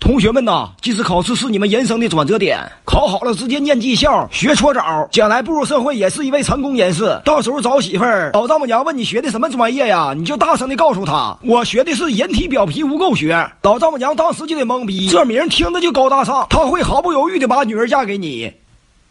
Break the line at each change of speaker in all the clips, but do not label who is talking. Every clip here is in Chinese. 同学们呐，这次考试是你们人生的转折点，考好了直接念技校，学搓澡，将来步入社会也是一位成功人士。到时候找媳妇儿，老丈母娘问你学的什么专业呀，你就大声的告诉她，我学的是人体表皮污垢学。老丈母娘当时就得懵逼，这名儿听着就高大上，她会毫不犹豫的把女儿嫁给你。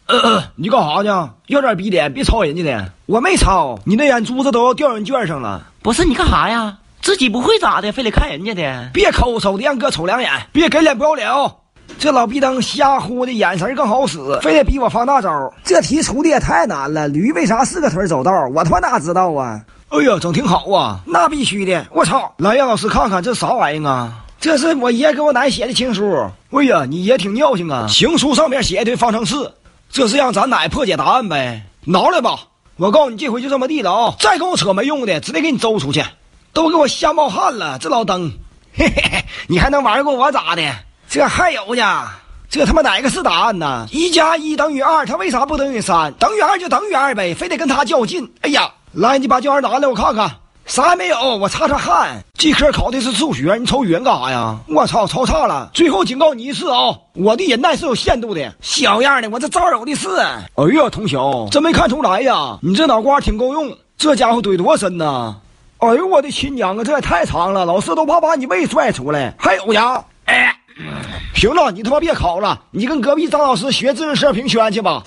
呃呃，你干啥呢？要点逼脸，别抄人家的。我没抄，你那眼珠子都要掉人卷上了。
不是你干啥呀？自己不会咋的，非得看人家的。
别抠手，让哥瞅两眼，别给脸不要脸啊、这老逼灯瞎呼的眼神更好使，非得逼我放大招。
这题出的也太难了，驴为啥四个腿走道？我他妈哪知道啊！
哎呀，整挺好啊，那必须的。我操，来让老师看看这啥玩意儿啊！这是我爷给我奶写的情书。哎呀，你爷挺尿性啊！情书上面写一堆方程式，这是让咱奶破解答案呗。挠来吧，我告诉你，这回就这么地了啊、再跟我扯没用的，直接给你周出去。都给我吓冒汗了，这老登， 嘿嘿嘿，你还能玩过我咋的？这还有呢，这他妈哪个是答案呢？一加一等于二，它为啥不等于三？等于二就等于二呗，非得跟他较劲。哎呀，来，你把这玩意儿拿来，我看看。啥也没有，我擦擦汗。这科考的是数学，你瞅语文干啥呀？我操，抄差了。最后警告你一次啊、我的忍耐是有限度的。小样的，我这招有的是。哎呀，同学，真没看出来呀，你这脑瓜挺够用，这家伙怼多深呐！哎呦我的亲娘啊，这也太长了，老师都怕把你胃拽出来。还有呀，哎，行了，你他妈别考了，你跟隔壁张老师学知识测评圈去吧。